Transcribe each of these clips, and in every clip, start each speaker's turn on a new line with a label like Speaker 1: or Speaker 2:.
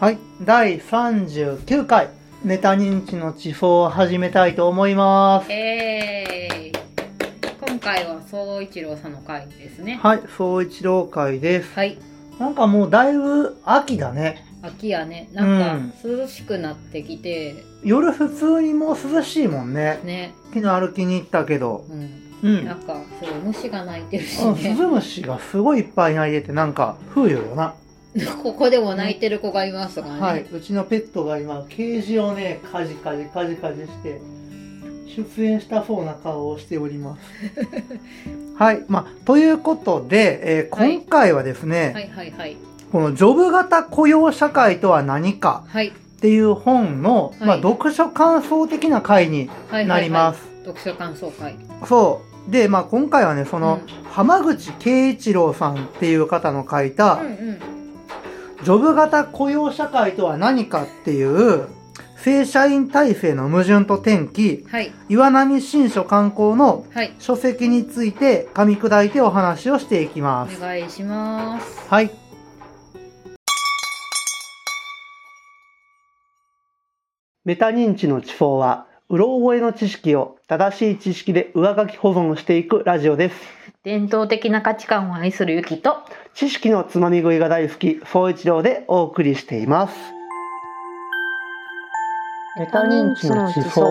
Speaker 1: はい、第39回、ネタ認知の地方を始めたいと思います。
Speaker 2: えー、今回は総一郎さんの回ですね。
Speaker 1: はい、総一郎会です。
Speaker 2: はい。
Speaker 1: なんかもうだいぶ秋だね。
Speaker 2: 秋やね、なんか涼しくなってきて、
Speaker 1: 夜普通にもう涼しいもんね。
Speaker 2: ね、
Speaker 1: 昨日歩きに行ったけど。
Speaker 2: うん、
Speaker 1: うん。
Speaker 2: なんかそう虫が鳴いてるし
Speaker 1: あス
Speaker 2: ね。
Speaker 1: ズムシがすごいいっぱい鳴いてて、なんか風流よな。
Speaker 2: ここでも泣いてる子がいますとかね。
Speaker 1: はい、うちのペットが今、ケージをね、カジカジカジカジして、出演したそうな顔をしており ます。はい、まあ、ということで、えー
Speaker 2: はい
Speaker 1: 今回はですね、
Speaker 2: はいはいはい
Speaker 1: このジョブ型雇用社会とは何か
Speaker 2: はい
Speaker 1: っていう本の、まあ、
Speaker 2: はい
Speaker 1: 読書感想的な回に
Speaker 2: はいはい
Speaker 1: なります。
Speaker 2: はい読書感想会
Speaker 1: そう。で、まあ、今回はね、その、浜口慶一郎さんっていう方の書いた、
Speaker 2: うんうん
Speaker 1: ジョブ型雇用社会とは何かっていう、正社員体制の矛盾と転機、
Speaker 2: はい
Speaker 1: 岩波新書刊行の
Speaker 2: はい
Speaker 1: 書籍について噛み砕いてお話をしていき
Speaker 2: お
Speaker 1: ます。
Speaker 2: 願いします
Speaker 1: はい。メタ認知の地方は、うろ覚えの知識を正しい知識で上書き保存していくラジオです。
Speaker 2: 伝統的な価値観を愛するゆきと
Speaker 1: 知識のつまみ食いが大好き、総一郎でお送りしています。メタ認知の地方。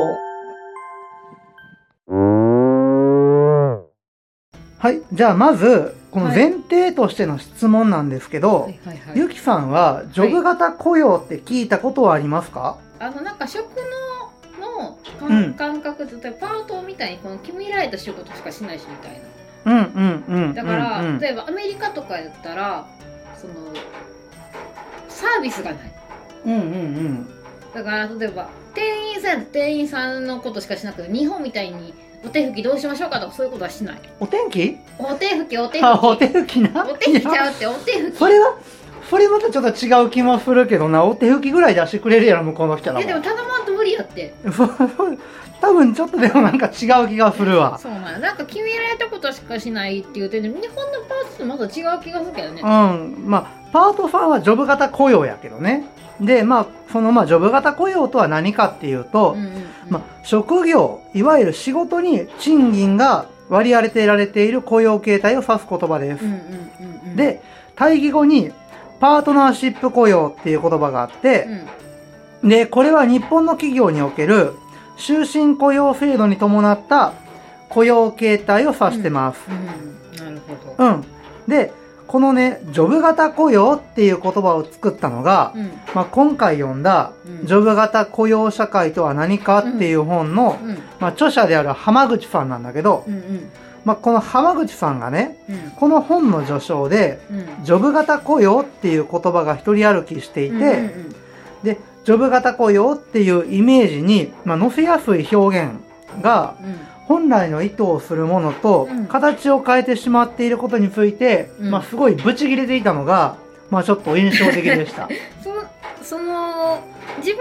Speaker 1: はい、じゃあまず、この前提としての質問なんですけど、
Speaker 2: はいはいはい
Speaker 1: ゆきさんは、ジョブ型雇用って聞いたことはありますか、
Speaker 2: あのなんか職能の
Speaker 1: うん
Speaker 2: 感感覚って、例えばパートみたいにこの決められた仕事しかしないしみたいな
Speaker 1: うんうんうんうんうん。
Speaker 2: だから、
Speaker 1: うん
Speaker 2: 例えばアメリカとかやったらそのサービスがない
Speaker 1: うんうん
Speaker 2: だから例えば店員さんやったら店員さんのことしかしなくて日本みたいにお手拭きどうしましょうかとかそういうことはしない
Speaker 1: お天気
Speaker 2: お手拭きお手
Speaker 1: あ、お
Speaker 2: 拭き
Speaker 1: 天気な。
Speaker 2: お手拭きち
Speaker 1: いや
Speaker 2: ゃうってお手拭き
Speaker 1: それは、それまたちょっと違う気もするけどな、お手拭きぐらい出してくれるやろ、向こうの人ら
Speaker 2: いやでも
Speaker 1: も。
Speaker 2: 頼まんと無理やって
Speaker 1: そうそう 多分ちょっとでもなんか違う気がする わ。
Speaker 2: そうなんやなんか決められたことしかしないっていう点で日本のパーツとまた違う気がするけどね
Speaker 1: うん。まあ、パートさんはジョブ型雇用やけどね。で、まあ、そのまあ、ジョブ型雇用とは何かっていうと、
Speaker 2: うんうんうん
Speaker 1: まあ、職業、いわゆる仕事に賃金が割り当てられている雇用形態を指す言葉です
Speaker 2: うん。うんうんうん
Speaker 1: で、対義語に、パートナーシップ雇用っていう言葉があって、
Speaker 2: うん
Speaker 1: で、これは日本の企業における終身雇用制度に伴った雇用形態を指してます。
Speaker 2: うんなるほ
Speaker 1: う
Speaker 2: ど
Speaker 1: ん。で、このね、ジョブ型雇用っていう言葉を作ったのが、
Speaker 2: うん
Speaker 1: まあ、今回読んだ、
Speaker 2: うん
Speaker 1: ジョブ型雇用社会とは何かっていう本の、
Speaker 2: うん
Speaker 1: まあ、著者である浜口さんなんだけど
Speaker 2: う、んうん
Speaker 1: まあ、この浜口さんがね、
Speaker 2: うん
Speaker 1: この本の序章で、
Speaker 2: うん
Speaker 1: ジョブ型雇用っていう言葉が一人歩きしていて、
Speaker 2: うんうん
Speaker 1: で、ジョブ型雇用っていうイメージに、まあ、載せやすい表現が、本来の意図をするものと
Speaker 2: うん、
Speaker 1: 形を変えてしまっていることについて、
Speaker 2: うん
Speaker 1: まあ、すごいブチ切れていたのが、まあ、ちょっと印象的で した。
Speaker 2: そのその自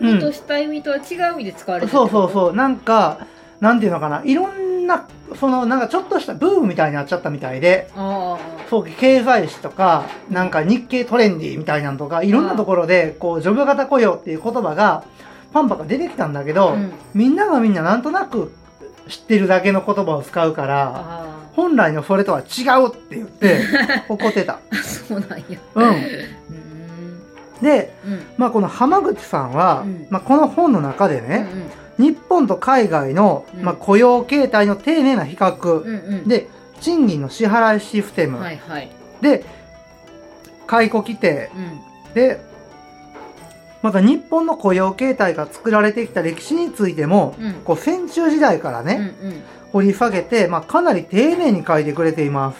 Speaker 2: 分の意図した意味とは違う意味で使われてる
Speaker 1: そうそうそう。なんか、なんていうのかな、いろんな、その、なんかちょっとしたブームみたいになっちゃったみたいで、
Speaker 2: うあ
Speaker 1: そう、経済誌とか、なんか日経トレンディみたいなのとか、いろんなところで、こう、ジョブ型雇用っていう言葉が、パンパカ出てきたんだけ
Speaker 2: あ
Speaker 1: ど、
Speaker 2: うん
Speaker 1: みんながみんななんとなく知ってるだけの言葉を使うから、
Speaker 2: あ
Speaker 1: 本来のそれとは違うって言 って、怒ってた。
Speaker 2: あそうなんや
Speaker 1: うん。
Speaker 2: うん
Speaker 1: で、
Speaker 2: うん
Speaker 1: まあこの浜口さんは、
Speaker 2: うん
Speaker 1: まあこの本の中でね、日本と海外の、
Speaker 2: うん
Speaker 1: まあ雇用形態の丁寧な比較、
Speaker 2: うんうん
Speaker 1: で、賃金の支払いシステム、
Speaker 2: はいはい
Speaker 1: で、解雇規定、
Speaker 2: うん
Speaker 1: で、また日本の雇用形態が作られてきた歴史についても、
Speaker 2: うん
Speaker 1: こう戦中時代からね、
Speaker 2: うんうん
Speaker 1: 掘り下げて、まあ、かなり丁寧に書いてくれていま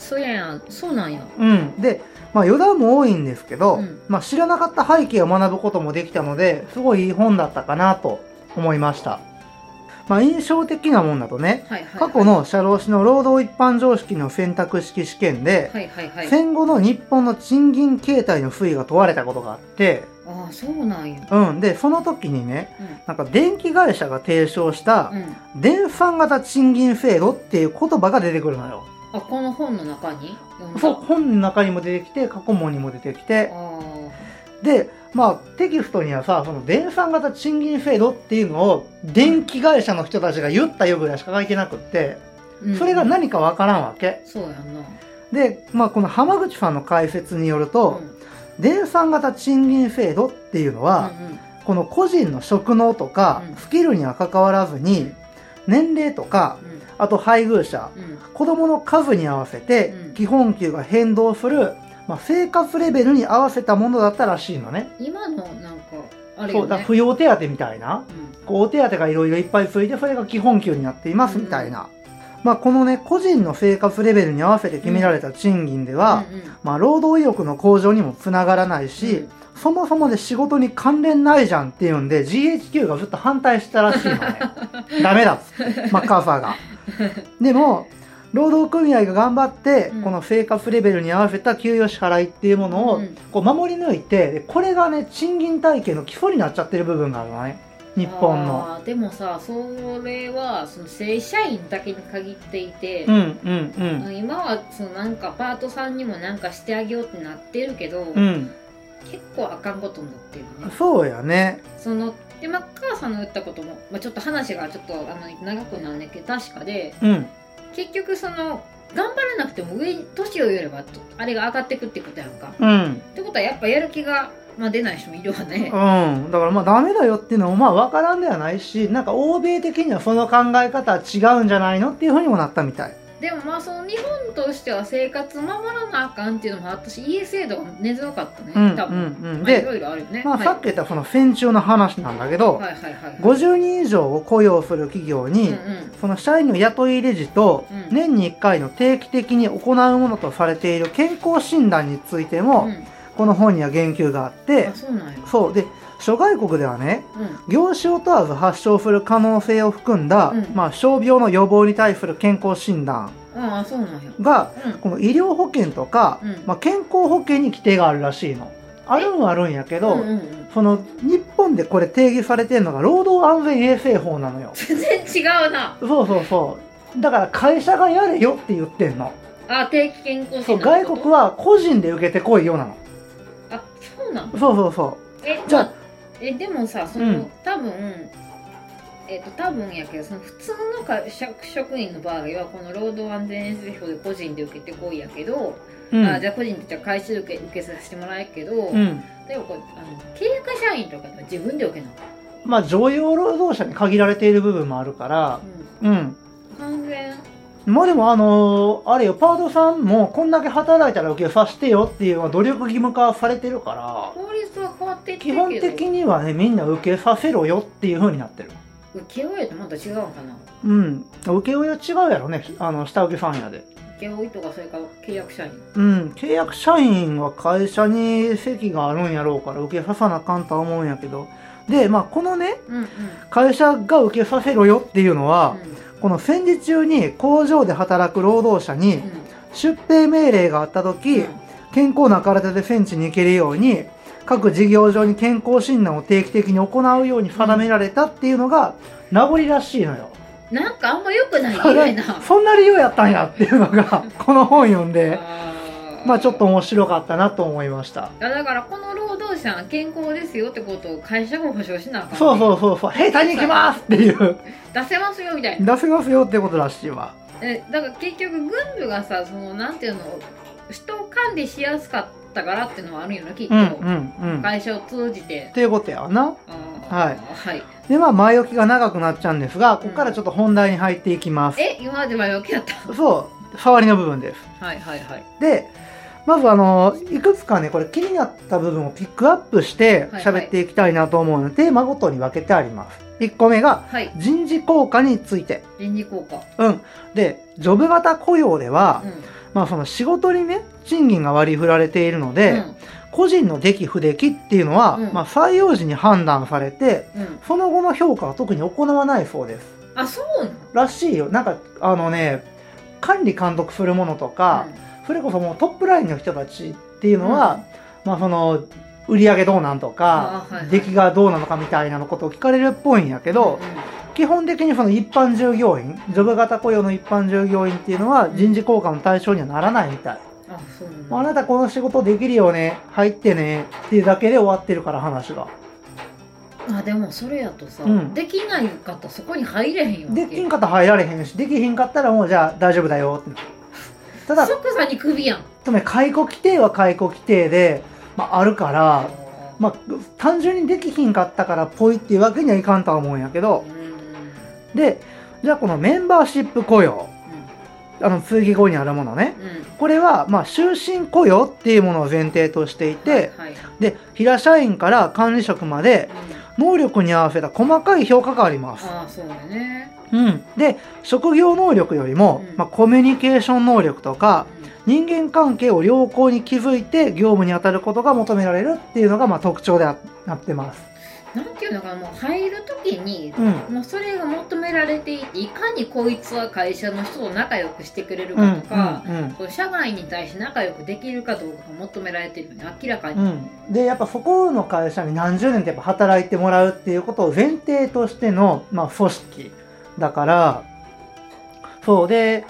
Speaker 1: す。
Speaker 2: そうやんそうなんや
Speaker 1: うん。で、まあ、余談も多いんですけど、
Speaker 2: うん
Speaker 1: まあ、知らなかった背景を学ぶこともできたので、すごいいい本だったかなと思いました。まあ、印象的なもんだとね、
Speaker 2: はいはい
Speaker 1: 過去の社労士の労働一般常識の選択式試験で、
Speaker 2: はいはいはい
Speaker 1: 戦後の日本の賃金形態の推移が問われたことがあって、
Speaker 2: ああそうなんや
Speaker 1: うん。で、その時にね、
Speaker 2: うん
Speaker 1: なんか電気会社が提唱した、
Speaker 2: うん
Speaker 1: 電産型賃金制度っていう言葉が出てくるのよ。
Speaker 2: あこの本の中に読んだ
Speaker 1: そう、本の中にも出てきて、過去問にも出てきて、
Speaker 2: あ
Speaker 1: で、まあ、テキストにはさ、その電産型賃金制度っていうのを、電気会社の人たちが言ったよぐらいしか書いてなくって、
Speaker 2: うん
Speaker 1: それが何かわからんわけ。
Speaker 2: そうやんな
Speaker 1: で、まあ、この浜口さんの解説によると、
Speaker 2: うん
Speaker 1: 電産型賃金制度っていうのは、
Speaker 2: うん
Speaker 1: この個人の職能とか
Speaker 2: うん
Speaker 1: スキルには関わらずに年齢とかあと配偶者
Speaker 2: うんうん
Speaker 1: 子供の数に合わせて
Speaker 2: うん
Speaker 1: 基本給が変動する、まあ、生活レベルに合わせたものだったらしいのね
Speaker 2: 今のなんかあれ
Speaker 1: そう
Speaker 2: よ
Speaker 1: だから扶
Speaker 2: ね
Speaker 1: 養手当みたいな
Speaker 2: うん
Speaker 1: こうお手当がいろいろいっぱいついてそれが基本給になっていますみたいな、まあ、このね個人の生活レベルに合わせて決められた賃金では、
Speaker 2: うんうん
Speaker 1: まあ、労働意欲の向上にもつながらないし、
Speaker 2: うん
Speaker 1: そもそもで仕事に関連ないじゃんっていうんで GHQ がずっと反対したらしいの ねダメだっつってマッカーサーがでも労働組合が頑張って、
Speaker 2: うん
Speaker 1: この生活レベルに合わせた給与支払いっていうものを、
Speaker 2: うん
Speaker 1: こう守り抜いてでこれがね賃金体系の基礎になっちゃってる部分があるのね日本の
Speaker 2: あーでもさそれはその正社員だけに限っていて
Speaker 1: う、んうん
Speaker 2: 今はそのなんかパートさんにもなんかしてあげようってなってるけど、
Speaker 1: うんうん
Speaker 2: 結構あかんことになってるね
Speaker 1: そうやね
Speaker 2: そのでマッカーサーの言ったことも、まあ、ちょっと話がちょっとあの長くなんだけど確かで
Speaker 1: うん
Speaker 2: 結局その頑張らなくても上に年をよればとあれが上がってくってことやんか
Speaker 1: うん
Speaker 2: ってことはやっぱやる気が、まあ、出ない人もいるわね
Speaker 1: うん、だからまあダメだよっていうのもまあ分からんではないしなんか欧米的にはその考え方は違うんじゃないのっていうふうにもなったみたい
Speaker 2: でもまあその日本としては生活守らなあかんっていうのも私家制度が根強かったね、
Speaker 1: うん
Speaker 2: 多分、
Speaker 1: うんうん
Speaker 2: まあ
Speaker 1: で
Speaker 2: いろいろあるよね、
Speaker 1: まあ
Speaker 2: はい
Speaker 1: さっき言ったその戦中の話なんだけど
Speaker 2: はいはいはい
Speaker 1: 50人以上を雇用する企業
Speaker 2: うん
Speaker 1: に
Speaker 2: うん
Speaker 1: その社員の雇い入れ時と
Speaker 2: うん
Speaker 1: 年に1回の定期的に行うものとされている健康診断について
Speaker 2: う
Speaker 1: も
Speaker 2: ん
Speaker 1: この本には言及があって
Speaker 2: あそうなんや
Speaker 1: そうで諸外国ではね
Speaker 2: うん
Speaker 1: 業種を問わず発症する可能性を含んだ、
Speaker 2: うん
Speaker 1: まあ、傷病の予防に対する健康診断
Speaker 2: ああそうなんや
Speaker 1: が
Speaker 2: うん
Speaker 1: この医療保険とか、
Speaker 2: うん
Speaker 1: まあ、健康保険に規定があるらしいの。あるんはあるんやけど、
Speaker 2: うんうんうん、
Speaker 1: その日本でこれ定義されてるのが労働安全衛生法なのよ。
Speaker 2: 全然違うな
Speaker 1: そうそうそう。だから会社がやれよって言ってんの。
Speaker 2: あ定期健康
Speaker 1: そう
Speaker 2: 診
Speaker 1: 外
Speaker 2: 断
Speaker 1: 国は個人で受けてこいよなの。
Speaker 2: あそうなの
Speaker 1: そうそうそ
Speaker 2: え
Speaker 1: じゃあ
Speaker 2: まえでもさその、
Speaker 1: うん
Speaker 2: 多分えっ、と多分やけどその普通の会社職員の場合はこの労働安全衛生法で個人で受けてこいやけど、
Speaker 1: う。うん。
Speaker 2: あじゃあ個人でじゃあ会社で受け受けさせてもらえるけど、
Speaker 1: うん。
Speaker 2: でもこうあの契約社員とかでは自分で受けなの、
Speaker 1: まあ常用労働者に限られている部分もあるから、うん。
Speaker 2: うん、完全
Speaker 1: まあでもあのーあれよ、パートさんもこんだけ働いたら受けさせてよっていうのは努力義務化されてるから。
Speaker 2: 法律は変わっていって
Speaker 1: 基
Speaker 2: るけど
Speaker 1: 本的にはねみんな受けさせろよっていう風になってる
Speaker 2: 受け負いとまた違うのかな
Speaker 1: うん受け負いは違うやろねあの下請けさんやで
Speaker 2: 請負いとかそれから契約社員
Speaker 1: うん契約社員は会社に席があるんやろうから受けささなあかんとは思うんやけどでまあこのね
Speaker 2: うんうん
Speaker 1: 会社が受けさせろよっていうのは、この戦時中に工場で働く労働者に
Speaker 2: うん
Speaker 1: 出兵命令があった時、健康な体で戦地に行けるように各事業所に健康診断を定期的に行うように定められたっていうのが名残らしいのよ。
Speaker 2: うん、なんかあんま良くない綺 麗な
Speaker 1: そんな理由やったんやっていうのが この本読んで
Speaker 2: あー
Speaker 1: まあちょっと面白かったなと思いました。
Speaker 2: いやだからこの労働者は健康ですよってことを会社も保証しなあかん、
Speaker 1: そうそううそうそう兵隊に行きますっていう
Speaker 2: 出せますよみたいな
Speaker 1: 出せますよってことらしいわ。
Speaker 2: えだから結局軍部がさそのなんていうの人を管理しやすかったからっていうのはあるよなきっと、
Speaker 1: うんうんうん。っ
Speaker 2: 会社を通じて
Speaker 1: ていうことやわな。は
Speaker 2: はいはい
Speaker 1: でまあ前置きが長くなっちゃうんですがここからちょっと本題に入っていきます。
Speaker 2: え今まではよけやった
Speaker 1: そう触りの部分です。
Speaker 2: はいはいはい
Speaker 1: でまずあのいくつかねこれ気になった部分をピックアップして
Speaker 2: はい
Speaker 1: 喋っていきたいなと思うので、テーマごとに分けてあります1個目が
Speaker 2: はい
Speaker 1: 人事効果について
Speaker 2: 臨時効果
Speaker 1: うんでジョブ型雇用では、まあその仕事にね賃金が割り振られているので、個人の出来不出来っていうのは、
Speaker 2: うん
Speaker 1: まあ採用時に判断されて
Speaker 2: うん、うん、
Speaker 1: その後の評価は特に行わないそうです
Speaker 2: あそうなの
Speaker 1: らしいよなんかあのね管理監督するものとか、それこそもうトップラインの人たちっていうのは、まあその売り上げどうなんとか、
Speaker 2: あーはいはい
Speaker 1: 出来がどうなのかみたいなのことを聞かれるっぽいんやけ
Speaker 2: け
Speaker 1: ど、基本的にその一般従業員ジョブ型雇用の一般従業員っていうのは人事交換の対象にはならないみたい、
Speaker 2: あそうなんだ
Speaker 1: あなたこの仕事できるよね入ってねっていうだけで終わってるから話が
Speaker 2: あでもそれやとさ、
Speaker 1: うん
Speaker 2: できないかったらそこに入れへんわけ
Speaker 1: できんかったら入られへんしできひんかったらもうじゃあ大丈夫だよってなるただ
Speaker 2: 即座にクビやん
Speaker 1: でもね解雇規定は解雇規定で、まあ、あるから、まあ、単純にできひんかったからぽいっていうわけにはいかんとは思うんやけ
Speaker 2: う
Speaker 1: ど
Speaker 2: んうん
Speaker 1: でじゃあこのメンバーシップ雇用あの通義後にあるものね
Speaker 2: うん
Speaker 1: これはまあ終身雇用っていうものを前提としていて、
Speaker 2: はいはい
Speaker 1: で平社員から管理職まで
Speaker 2: うん
Speaker 1: 能力に合わせた細かい評価があります、
Speaker 2: ああそうだね、
Speaker 1: うん、で職業能力よりも、
Speaker 2: うん
Speaker 1: まあ、コミュニケーション能力とか人間関係を良好に築いて業務に当たることが求められるっていうのがまあ特徴であなってます。
Speaker 2: うん、なんていうのかなもう入る時に
Speaker 1: う、ん、
Speaker 2: もうそれが求められていていかにこいつは会社の人と仲良くしてくれるかとか、
Speaker 1: うんうん
Speaker 2: こう社外に対して仲良くできるかどうかが求められてるよね明らかに、
Speaker 1: うん、でやっぱそこの会社に何十年ってやっぱ働いてもらうっていうことを前提としての、まあ、組織だからそうで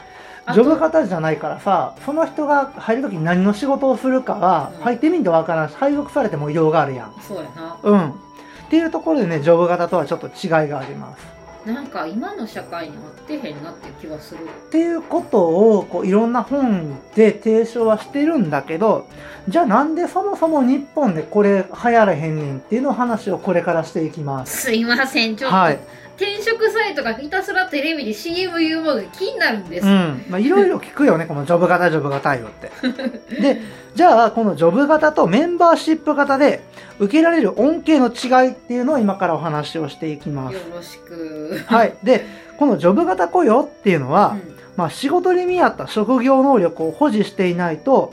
Speaker 2: あ
Speaker 1: ジ
Speaker 2: と
Speaker 1: ョブ型じゃないからさその人が入るときに何の仕事をするかは
Speaker 2: うん
Speaker 1: 入ってみんとわからんし配属されても異動があるやん。
Speaker 2: そうやな
Speaker 1: うん、っていうところでねジョブ型とはちょっと違いがあります。
Speaker 2: なんか今の社会に合ってへんなっていう気はする
Speaker 1: っていうことをこういろんな本で提唱はしてるんだけどじゃあなんでそもそも日本でこれ流行らへんねんっていうの話をこれからしていきます。
Speaker 2: すいませんちょっと、
Speaker 1: はい、
Speaker 2: 転職サイトがひたすらテレビで CM 言うもので気になるんで
Speaker 1: う
Speaker 2: す、
Speaker 1: んまあ、いろいろ聞くよねこのジョブ型ジョブ型よって。でじゃあこのジョブ型とメンバーシップ型で受けられる恩恵の違いっていうのを今からお話をしていきます
Speaker 2: よ。ろしく、
Speaker 1: はい、でこのジョブ型雇用っていうのは、
Speaker 2: うん
Speaker 1: まあ、仕事に見合った職業能力を保持していないと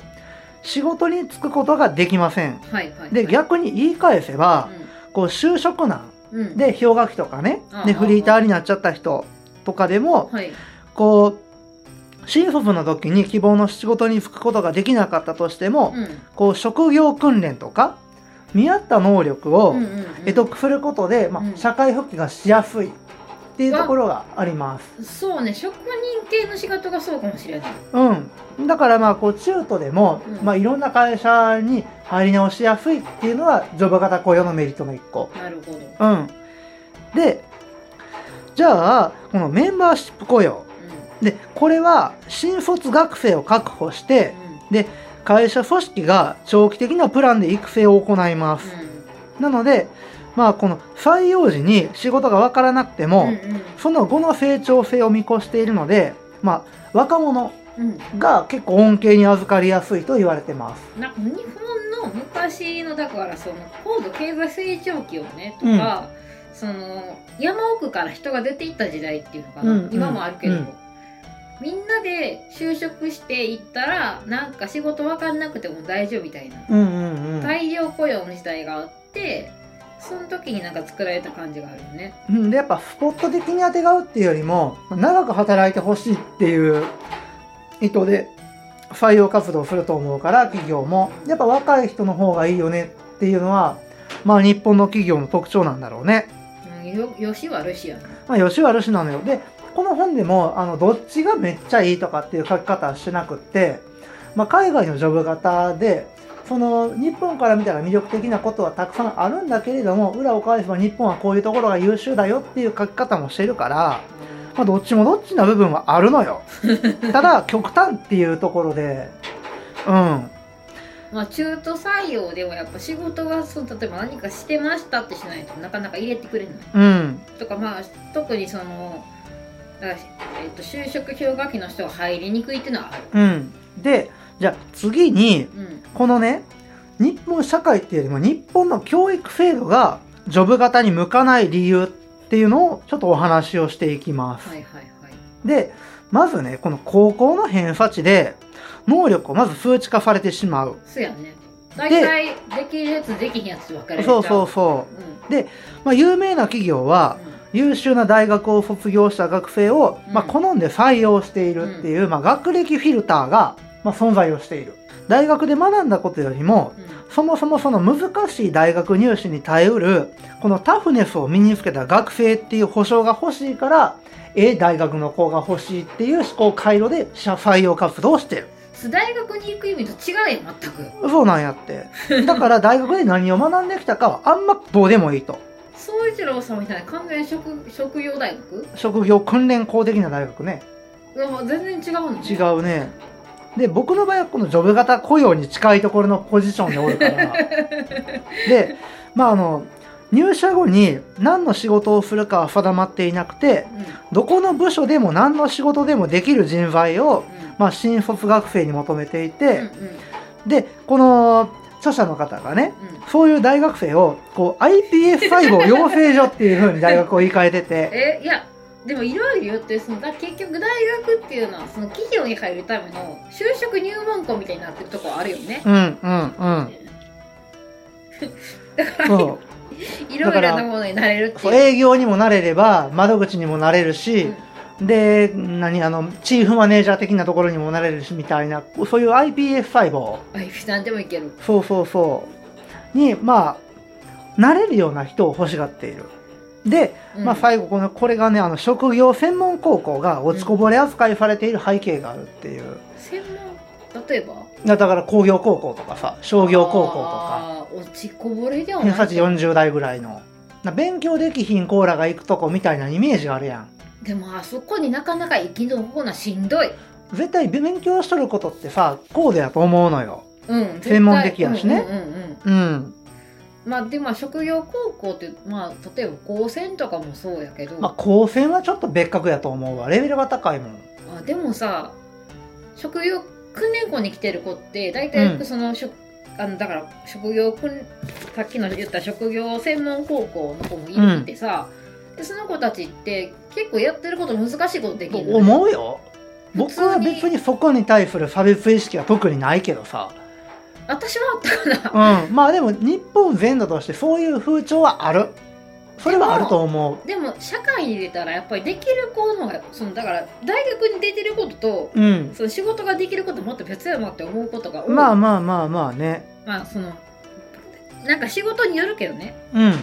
Speaker 1: 仕事に就くことができません。
Speaker 2: はいはいはい
Speaker 1: で逆に言い返せばこう就職難
Speaker 2: うんうん
Speaker 1: で氷河期とかね
Speaker 2: ああ
Speaker 1: でフリーターになっちゃった人とかでも
Speaker 2: はい
Speaker 1: こう新卒の時に希望の仕事に就くことができなかったとしても
Speaker 2: うん
Speaker 1: こう職業訓練とか見合った能力を
Speaker 2: うんうんう
Speaker 1: 得
Speaker 2: ん
Speaker 1: 得することで、ま
Speaker 2: う
Speaker 1: あ、
Speaker 2: ん
Speaker 1: 社会復帰がしやすいっていうところがあります。
Speaker 2: そうね職人系の仕事がそうかもしれない
Speaker 1: うん、だからまあこう中途でも、
Speaker 2: うん
Speaker 1: まあ、いろんな会社に入り直しやすいっていうのはジョブ型雇用のメリットの一個。
Speaker 2: なるほど、
Speaker 1: うん、でじゃあこのメンバーシップ雇用
Speaker 2: う
Speaker 1: でこれは新卒学生を確保して
Speaker 2: んうん
Speaker 1: 会社組織が長期的なプランで育成を行います。なのでまあこの採用時に仕事が分からなくて
Speaker 2: うん
Speaker 1: も、
Speaker 2: うん
Speaker 1: その後の成長性を見越しているので、まあ、若者
Speaker 2: うん
Speaker 1: が結構恩恵に預かりやすいと言われてます。
Speaker 2: なんか日本の昔のだからその高度経済成長期をねとか、その山奥から人が出ていった時代っていうのかな、
Speaker 1: うんうん
Speaker 2: 今もあるけど、
Speaker 1: うん
Speaker 2: みんなで就職していったらなんか仕事分かんなくても大丈夫みたいな
Speaker 1: うんうんうん
Speaker 2: 大量雇用の時代があってその時になんか作られた感じがあるよね。
Speaker 1: うん。でやっぱスポット的にあてがうっていうよりも長く働いてほしいっていう意図で採用活動をすると思うから企業もやっぱ若い人の方がいいよねっていうのはまあ日本の企業の特徴なんだろうね。
Speaker 2: うん、よよし悪しやな。
Speaker 1: まあよし悪しなのよ。でこの本でもあのどっちがめっちゃいいとかっていう書き方はしてなくって、まあ、海外のジョブ型でその日本から見たら魅力的なことはたくさんあるんだけれども裏を返せば日本はこういうところが優秀だよっていう書き方もしてるから、まあ、どっちもどっちな部分はあるのよただ極端っていうところでうん
Speaker 2: まあ、中途採用ではやっぱ仕事がそう例えば何かしてましたってしないとなかなか入れてくれない
Speaker 1: うん
Speaker 2: とかまあ特にそのだからえっと、就職氷河期の人は入りにくいっていうのはある。
Speaker 1: うんでじゃあ次に
Speaker 2: うん
Speaker 1: このね日本社会っていうよりも日本の教育制度がジョブ型に向かない理由っていうのをちょっとお話をしていきます、
Speaker 2: はいはいはい。
Speaker 1: でまずねこの高校の偏差値で能力をまず数値化されてしまう
Speaker 2: そうやね。大体できるやつできひんやつ分かれちゃ
Speaker 1: そうそうそ
Speaker 2: うん。うん
Speaker 1: う、まあ、有名な企業は優秀な大学を卒業した学生を、まあ、
Speaker 2: うん
Speaker 1: 好んで採用しているっていう、まあ、学歴フィルターが、まあ、存在をしている大学で学んだことよりも
Speaker 2: うん
Speaker 1: そもそもその難しい大学入試に耐えうる、このタフネスを身につけた学生っていう保証が欲しいから、ええ大学の子が欲しいっていう思考回路で社採用活動をしてる。
Speaker 2: つ大学に行く意味と違うやん全く
Speaker 1: そうなんやって。だから大学で何を学んできたかはあんまどうでもいいと。
Speaker 2: 宗一郎さんみたいな完全に職職業大学
Speaker 1: 職業訓練校的な大学ね。
Speaker 2: うわ全然違うの
Speaker 1: 違うね。で、僕の場合はこのジョブ型雇用に近いところのポジションでおるから。で、まああの、入社後に何の仕事をするかは定まっていなくて、
Speaker 2: うんうん
Speaker 1: どこの部署でも何の仕事でもできる人材を、まあ新卒学生に求めてい
Speaker 2: うん
Speaker 1: て、で、この著者の方がね、
Speaker 2: うんうん
Speaker 1: そういう大学生を、こう、iPS 細胞養成所っていう風に大学を言い換えてて、
Speaker 2: えいやでもいろいろ言ってそのだ結局大学っていうのはその企業に入るための就職入門校みたいになってるとこあるよね
Speaker 1: うん、うん、うん。
Speaker 2: だから
Speaker 1: そう。
Speaker 2: いろいろなものになれるって
Speaker 1: そう
Speaker 2: いう
Speaker 1: 営業にもなれれば窓口にもなれるし、で何あのチーフマネージャー的なところにもなれるしみたいなそういう IPF 細胞
Speaker 2: あいなんでもいける
Speaker 1: そうそうそうにまあなれるような人を欲しがっているで、
Speaker 2: うん
Speaker 1: まあ、最後このこれがねあの職業専門高校が落ちこぼれ扱いされている背景があるっていう
Speaker 2: 専門例えば
Speaker 1: だから工業高校とかさ商業高校とか
Speaker 2: あー落ちこぼれでは
Speaker 1: 偏差
Speaker 2: ない
Speaker 1: 値40代ぐらいのな勉強できひんコーラが行くとこみたいなイメージがあるやん
Speaker 2: でもあそこになかなか生き残るのはしんどい
Speaker 1: 絶対勉強しとることってさこうだと思うのよ
Speaker 2: うん絶対
Speaker 1: 専門的やしね
Speaker 2: うんうんうんう
Speaker 1: う
Speaker 2: ん
Speaker 1: ん
Speaker 2: まあでも職業高校ってまあ例えば高専とかもそうやけど、
Speaker 1: まあ高専はちょっと別格やと思うわレベルが高いもん
Speaker 2: あでもさ職業訓練校に来てる子って大体
Speaker 1: うん
Speaker 2: その職、あのだから職業訓さっきの言った職業専門高校の子もいるってさ、でその子たちって結構やってること難しいことできるよね
Speaker 1: 思うよ僕は
Speaker 2: 普通に
Speaker 1: 別にそこに対する差別意識は特にないけどさ
Speaker 2: 私はあったか
Speaker 1: う
Speaker 2: な
Speaker 1: んまあでも日本全土としてそういう風潮はあるそれはあると思う
Speaker 2: でも社会に出たらやっぱりできる子の方がそのだから大学に出てることと
Speaker 1: うん
Speaker 2: その仕事ができることもっと別やなって思うことが多い
Speaker 1: まあまあまあまあね
Speaker 2: まあそのなんか仕事によるけどね
Speaker 1: うん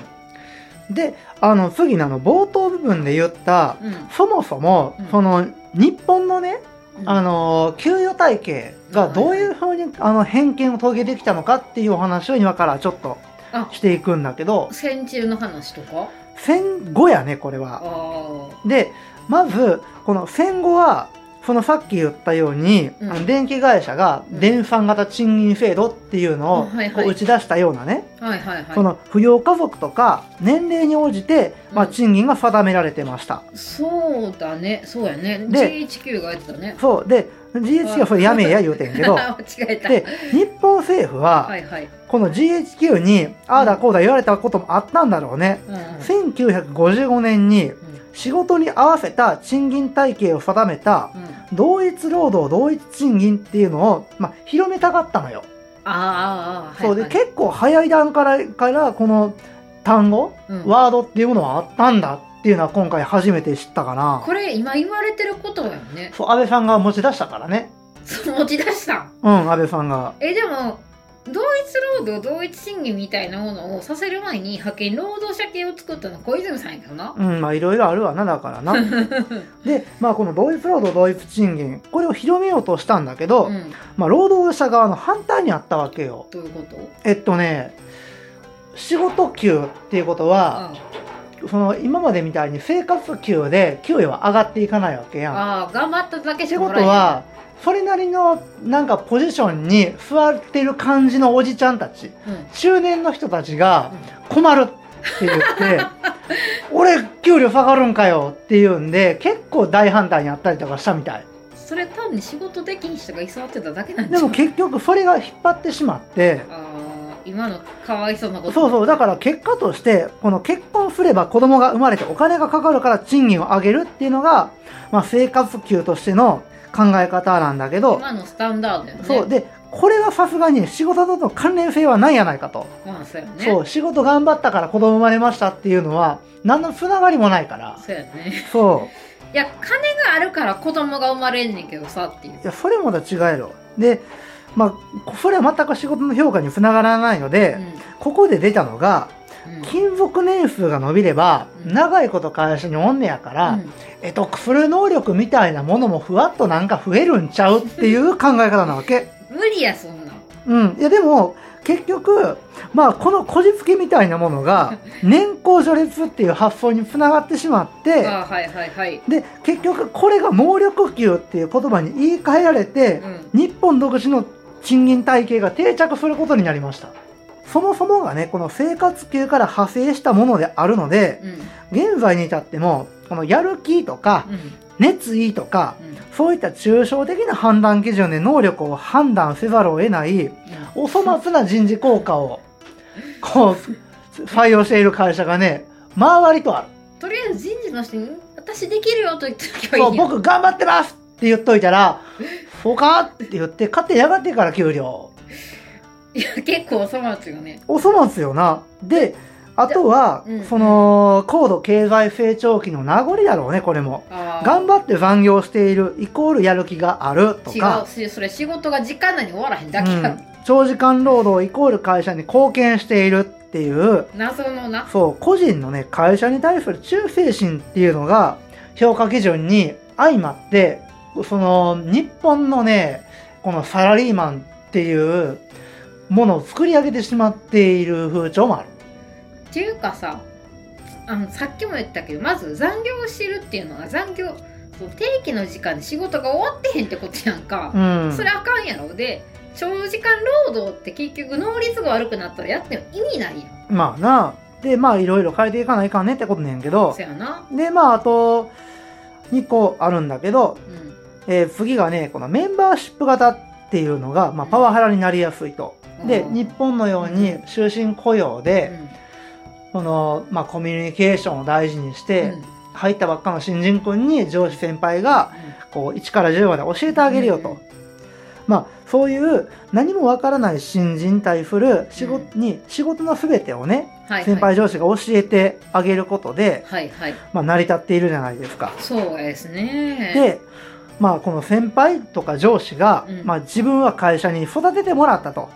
Speaker 1: であの次のあの冒頭部分で言った
Speaker 2: うん
Speaker 1: そもそも
Speaker 2: うん
Speaker 1: その日本のね
Speaker 2: うん
Speaker 1: あの給与体系がどういうふうにあの偏見を遂げてきたのかっていうお話を今からちょっと
Speaker 2: あ
Speaker 1: していくんだけど
Speaker 2: 戦中の話とか
Speaker 1: 戦後やねこれ
Speaker 2: あ
Speaker 1: は。
Speaker 2: あ
Speaker 1: でまずこの戦後はそのさっき言ったように、
Speaker 2: うん
Speaker 1: あの電気会社が
Speaker 2: うん
Speaker 1: 電産型賃金制度っていうのを
Speaker 2: うんはいはい
Speaker 1: こう打ち出したようなね、
Speaker 2: はいはいはい
Speaker 1: その扶養家族とか年齢に応じて、まあ、
Speaker 2: うん
Speaker 1: 賃金が定められてました。
Speaker 2: そうだねそうやね
Speaker 1: で
Speaker 2: GHQ がやってたね
Speaker 1: そうで GHQ はそれやめや言うてんけ ど
Speaker 2: 間違えた
Speaker 1: で日本政府は、
Speaker 2: はいはい、
Speaker 1: この GHQ にああだこうだ言われたこともあったんだろうね。
Speaker 2: うんうん
Speaker 1: 1955年に仕事に合わせた賃金体系を定めた
Speaker 2: うんうん、あ
Speaker 1: 同一労働同一賃金っていうのを、まあ、広めたかったのよ。
Speaker 2: あああ
Speaker 1: そうで結構早い段階からこの単語、
Speaker 2: うん
Speaker 1: ワードっていうものはあったんだっていうのは今回初めて知ったかな。
Speaker 2: これ今言われてることだよね
Speaker 1: そう安倍さんが持ち出したからね。
Speaker 2: そう持ち出したん
Speaker 1: うん安倍さんが。
Speaker 2: えでも同一労働同一賃金みたいなものをさせる前に派遣労働者系を作ったのは小泉さんやけどな
Speaker 1: うんまあいろいろあるわなだから な。でまあこの同一労働同一賃金これを広めようとしたんだけど、
Speaker 2: うん
Speaker 1: まあ、労働者側の反対にあったわけよ。
Speaker 2: どういうこと
Speaker 1: えっとね仕事給っていうことは、その今までみたいに生活給で給与は上がっていかないわけやん。
Speaker 2: ああ頑張っただけし
Speaker 1: 仕
Speaker 2: かも
Speaker 1: 事
Speaker 2: らえない
Speaker 1: はそれなりのなんかポジションに座ってる感じのおじちゃんたち中年の人たちが困るって言って「俺給料下がるんかよ」っていうんで結構大反対にあったりとかしたみたい。
Speaker 2: うん、それ単に仕事できん人が居座ってただけなんじ
Speaker 1: で
Speaker 2: ゃん
Speaker 1: も結局それが引っ張ってしまって
Speaker 2: あー今のかわいそうなこと
Speaker 1: そうそうだからら結果としてこの結婚すれば子供が生まれてお金がかかるから賃金を上げるっていうのが、まあ、生活給としての考え方なんだけど、
Speaker 2: 今のスタンダードよね
Speaker 1: そうでこれはさすがに仕事との関連性はないやないかと、
Speaker 2: まあそうやね
Speaker 1: そう仕事頑張ったから子供生まれましたっていうのは何のつながりもないから
Speaker 2: そうやね
Speaker 1: そ
Speaker 2: いや金があるから子供が生まれんねんけどさっていう
Speaker 1: ういやそれもだ違えろでまあそれは全く仕事の評価につながらないので、
Speaker 2: うん
Speaker 1: ここで出たのが
Speaker 2: うん
Speaker 1: 勤続年数が伸びれば、
Speaker 2: うん
Speaker 1: 長いこと会社におんねやから、
Speaker 2: うん
Speaker 1: えっと、する能力みたいなものもふわっとなんか増えるんちゃうっていう考え方なわけ。
Speaker 2: 無理やそんなん
Speaker 1: うん。いや、でも、結局、まあ、このこじつけみたいなものが、年功序列っていう発想につながってしまって、
Speaker 2: あはいはいはい
Speaker 1: で、結局、これが能力給っていう言葉に言い換えられて
Speaker 2: う、ん
Speaker 1: 日本独自の賃金体系が定着することになりました。そもそもがね、この生活給から派生したものであるので、
Speaker 2: うん
Speaker 1: 現在に至っても、このやる気とか、
Speaker 2: うん
Speaker 1: 熱意とか、
Speaker 2: うん
Speaker 1: そういった抽象的な判断基準で能力を判断せざるを得ない、お粗末な人事効果を、こう、採用している会社がね、周りとある。
Speaker 2: とりあえず人事の人に「私できるよ」と言っておけばいい
Speaker 1: そ
Speaker 2: よ
Speaker 1: う、僕頑張ってますって言っといたら、そうかって言って、勝手に上がってから給料。
Speaker 2: いや結構粗末よね
Speaker 1: お粗末よな。で、あとは
Speaker 2: うん、
Speaker 1: その、高度経済成長期の名残だろうね、これも。
Speaker 2: ああ
Speaker 1: 頑張って残業している、イコールやる気があると
Speaker 2: 違
Speaker 1: か
Speaker 2: う、しそれ仕事が時間内に終わらへんだけや、
Speaker 1: うん長時間労働イコール会社に貢献しているっていう、
Speaker 2: 謎のな
Speaker 1: そう、個人のね、会社に対する忠誠心っていうのが、評価基準に相まって、その、日本のね、このサラリーマンっていうものを作り上げてしまっている風潮もある。
Speaker 2: っていうかさあのさっきも言ったけどまず残業してるっていうのは残業そう定期の時間で仕事が終わってへんってことやんか、
Speaker 1: うん。
Speaker 2: それあかんやろで長時間労働って結局能率が悪くなったらやっても意味ないやん
Speaker 1: まあな、で、まあいろいろ変えていかないかんねってことねんけど
Speaker 2: そ、やな
Speaker 1: で、まああと、2個あるんだけど、
Speaker 2: うん
Speaker 1: えー次がね、このメンバーシップ型っていうのが、まあ、パワハラになりやすいと。で、
Speaker 2: うん
Speaker 1: 日本のように終身雇用で、
Speaker 2: うん
Speaker 1: その、まあ、コミュニケーションを大事にし
Speaker 2: う
Speaker 1: て、
Speaker 2: ん
Speaker 1: 入ったばっかの新人君に上司先輩が、こう、1から10まで教えてあげるよと。
Speaker 2: うん
Speaker 1: まあ、そういう何もわからない新人に対する仕事に、仕事の全てをね、
Speaker 2: はいはい
Speaker 1: 先輩上司が教えてあげることで、
Speaker 2: はいはい
Speaker 1: まあ、成り立っているじゃないですか。
Speaker 2: そうですね
Speaker 1: で、まあ、この先輩とか上司が、
Speaker 2: うん
Speaker 1: まあ、自分は会社に育ててもらったと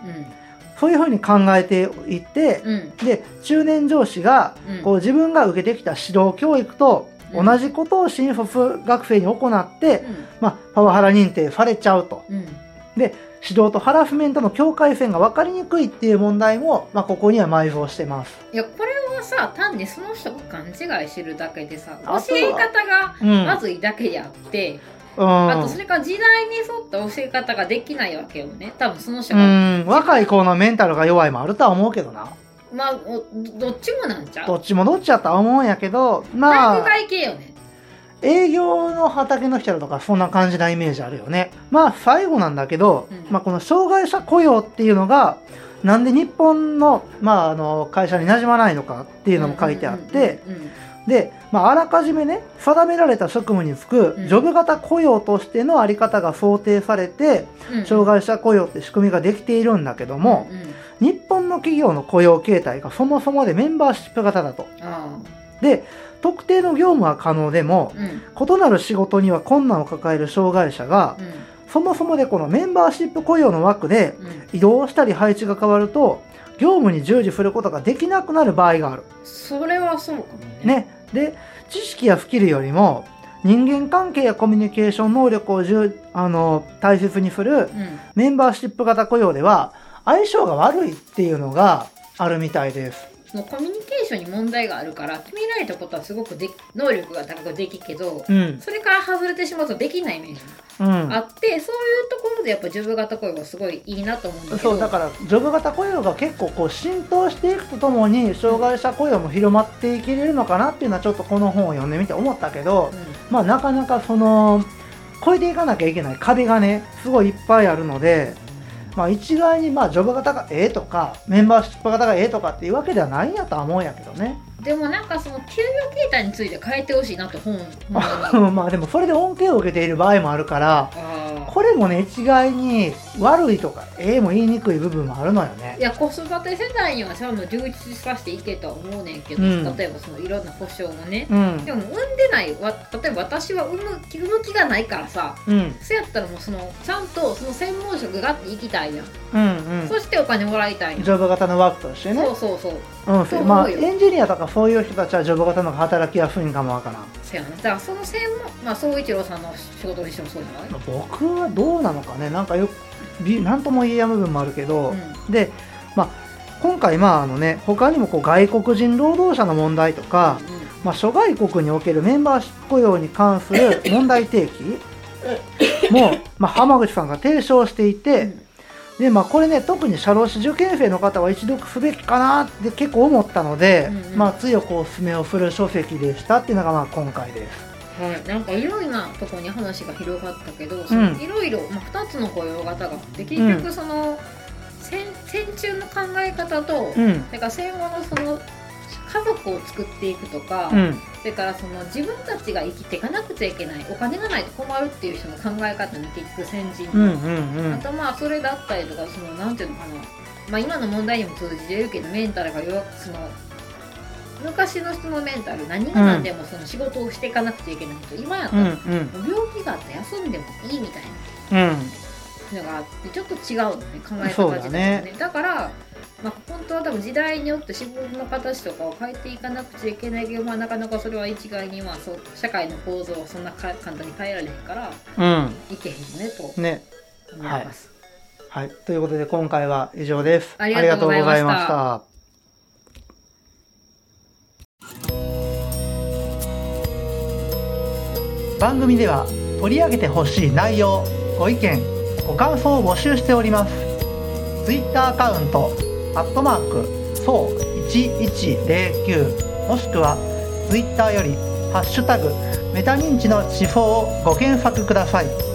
Speaker 1: そういうふうに考えていって、
Speaker 2: うんうん
Speaker 1: で中年上司が
Speaker 2: うん
Speaker 1: こう自分が受けてきた指導教育と
Speaker 2: うん
Speaker 1: 同じことを新卒学生に行って、
Speaker 2: うん
Speaker 1: まあ、パワハラ認定されちゃうと
Speaker 2: うん
Speaker 1: 指導とハラスメントの境界線が分かりにくいっていう問題も、まあ、ここには埋蔵してます。
Speaker 2: いやこれはさ単にその人が勘違いしてるだけでさ
Speaker 1: あと
Speaker 2: 教
Speaker 1: は
Speaker 2: え方が
Speaker 1: うん、
Speaker 2: まずいだけであっ
Speaker 1: う
Speaker 2: て、
Speaker 1: ん
Speaker 2: あとそれから時代に沿った教え方ができないわけよね多分その人
Speaker 1: う
Speaker 2: が、
Speaker 1: ん、若い子のメンタルが弱いもあるとは思うけどな
Speaker 2: まあおどどっちもなんちゃ
Speaker 1: ど
Speaker 2: う
Speaker 1: っちもどっちやとは思うんやけどま
Speaker 2: 体
Speaker 1: あ
Speaker 2: 育会系よね
Speaker 1: 営業の畑の人らとかそんな感じなイメージあるよね。まあ最後なんだけど、
Speaker 2: うん
Speaker 1: まあこの障害者雇用っていうのが、なんで日本の、まああの、会社に馴染まないのかっていうのも書いてあって、
Speaker 2: うんうんうんうん
Speaker 1: で、まああらかじめね、定められた職務に就く
Speaker 2: うん、
Speaker 1: ジョブ型雇用としてのあり方が想定されて、
Speaker 2: うんうん
Speaker 1: 障害者雇用って仕組みができているんだけども、
Speaker 2: うんうん
Speaker 1: 日本の企業の雇用形態がそもそもでメンバーシップ型だと。
Speaker 2: あ
Speaker 1: で、特定の業務は可能でも
Speaker 2: あ、うんうん
Speaker 1: 異なる仕事には困難を抱える障害者が、そもそもでこのメンバーシップ雇用の枠で
Speaker 2: うん
Speaker 1: 移動したり配置が変わると、業務に従事することができなくなる場合がある。
Speaker 2: それはそうかもね
Speaker 1: ね。で、知識やスキルよりも、人間関係やコミュニケーション能力を重あの大切にするメンバーシップ型雇用では、相性が悪いっていうのがあるみたいです。
Speaker 2: うん、もうコミュニケーションに問題があるから決められたことはすごくでき能力が高くできるけど
Speaker 1: うん。
Speaker 2: それから外れてしまうとできないイメージ
Speaker 1: うん。
Speaker 2: あってそういうところでやっぱジョブ型恋はすごいいいなと思うんだけど
Speaker 1: そうだからジョブ型雇用が結構こう浸透していくとともに障害者雇用も広まっていけれるのかなっていうのはちょっとこの本を読んでみて思ったけど
Speaker 2: う、ん
Speaker 1: まあ、なかなかその越えていかなきゃいけない壁がねすごいいっぱいあるので、まあ、一概にまあジョブ型がええとかメンバーシップ型がええとかっていうわけではないんやとは思うんやけどね
Speaker 2: でもなんかその給与形態について変えてほしいなと本本当にあ
Speaker 1: まあでもそれで恩恵を受けている場合もあるから
Speaker 2: あ
Speaker 1: これもね一概に悪いとかええも言いにくい部分もあるのよね
Speaker 2: いや子育て世代にはそれも充実させていけとは思うねんけど、
Speaker 1: うん
Speaker 2: 例えばそのいろんな故障がね、
Speaker 1: うん
Speaker 2: でも産んでないわ例えば私は産む産む気がないからさ
Speaker 1: うん
Speaker 2: そうやったらもうそのちゃんとその専門職があって行きたいやん、
Speaker 1: うん
Speaker 2: そしてお金もらいたい
Speaker 1: うん
Speaker 2: やん
Speaker 1: ジョブ型のワークとしてね
Speaker 2: そうそうそう
Speaker 1: うん
Speaker 2: そう思うよ
Speaker 1: まあエンジニアとかそういう人たちはジョブ型の方が働きやすいんかもわからん
Speaker 2: そうやなだからその専門まあ総一郎さんの仕事にしてもそうじゃない、
Speaker 1: 僕はどうなのかねなんかよくびなんとも言えやん部分もあるけど、でまあ今回まああのね他にもこう外国人労働者の問題とか、まあ、諸外国におけるメンバーシップ雇用に関する問題提起も、まあ、浜口さんが提唱していて、でまあ、これね特に社労士受験生の方は一読すべきかなって結構思ったので、
Speaker 2: うんうん
Speaker 1: まあ、強くおすすめをする書籍でしたっていうのがまあ今回です。
Speaker 2: うんはい、なんかいろいろなとこに話が広がったけど
Speaker 1: ん
Speaker 2: いろいろ2つの雇用型があって結
Speaker 1: う
Speaker 2: 局その、戦戦中の考え方と、
Speaker 1: うん
Speaker 2: だから戦後のその家族を作っていくとか、
Speaker 1: うん
Speaker 2: それからその自分たちが生きていかなくちゃいけないお金がないと困るっていう人の考え方に結局先人、
Speaker 1: うんうんう
Speaker 2: あ
Speaker 1: ん
Speaker 2: とまあそれだったりとかそのなんていうのかな、まあ、今の問題にも通じてるけどメンタルが弱くその昔の人のメンタル何が何でもその仕事をしていかなくちゃいけないと、今やった
Speaker 1: う
Speaker 2: ら
Speaker 1: ん
Speaker 2: もう病気があって休んでもいいみたいな。
Speaker 1: うんうん
Speaker 2: のがあってちょっと違うのね考え
Speaker 1: そ
Speaker 2: 方
Speaker 1: うだね
Speaker 2: 自体ねねだから、まあ、本当は多分時代によって仕事の形とかを変えていかなくちゃいけないけど、まあ、なかなかそれは一概に、まあ、そう社会の構造はそんなか簡単に変えられへんから
Speaker 1: うん
Speaker 2: いけへんよねと思い
Speaker 1: ね
Speaker 2: ます、
Speaker 1: はい、ということで今回は以上です。
Speaker 2: ありがとうございま
Speaker 1: あ
Speaker 2: した
Speaker 1: りがとうございました。番組では取り上げてほしい内容、ご意見、ご感想を募集しております。ツイッターアカウント、アットマーク、そう1109もしくはツイッターよりハッシュタグメタ認知の地方をご検索ください。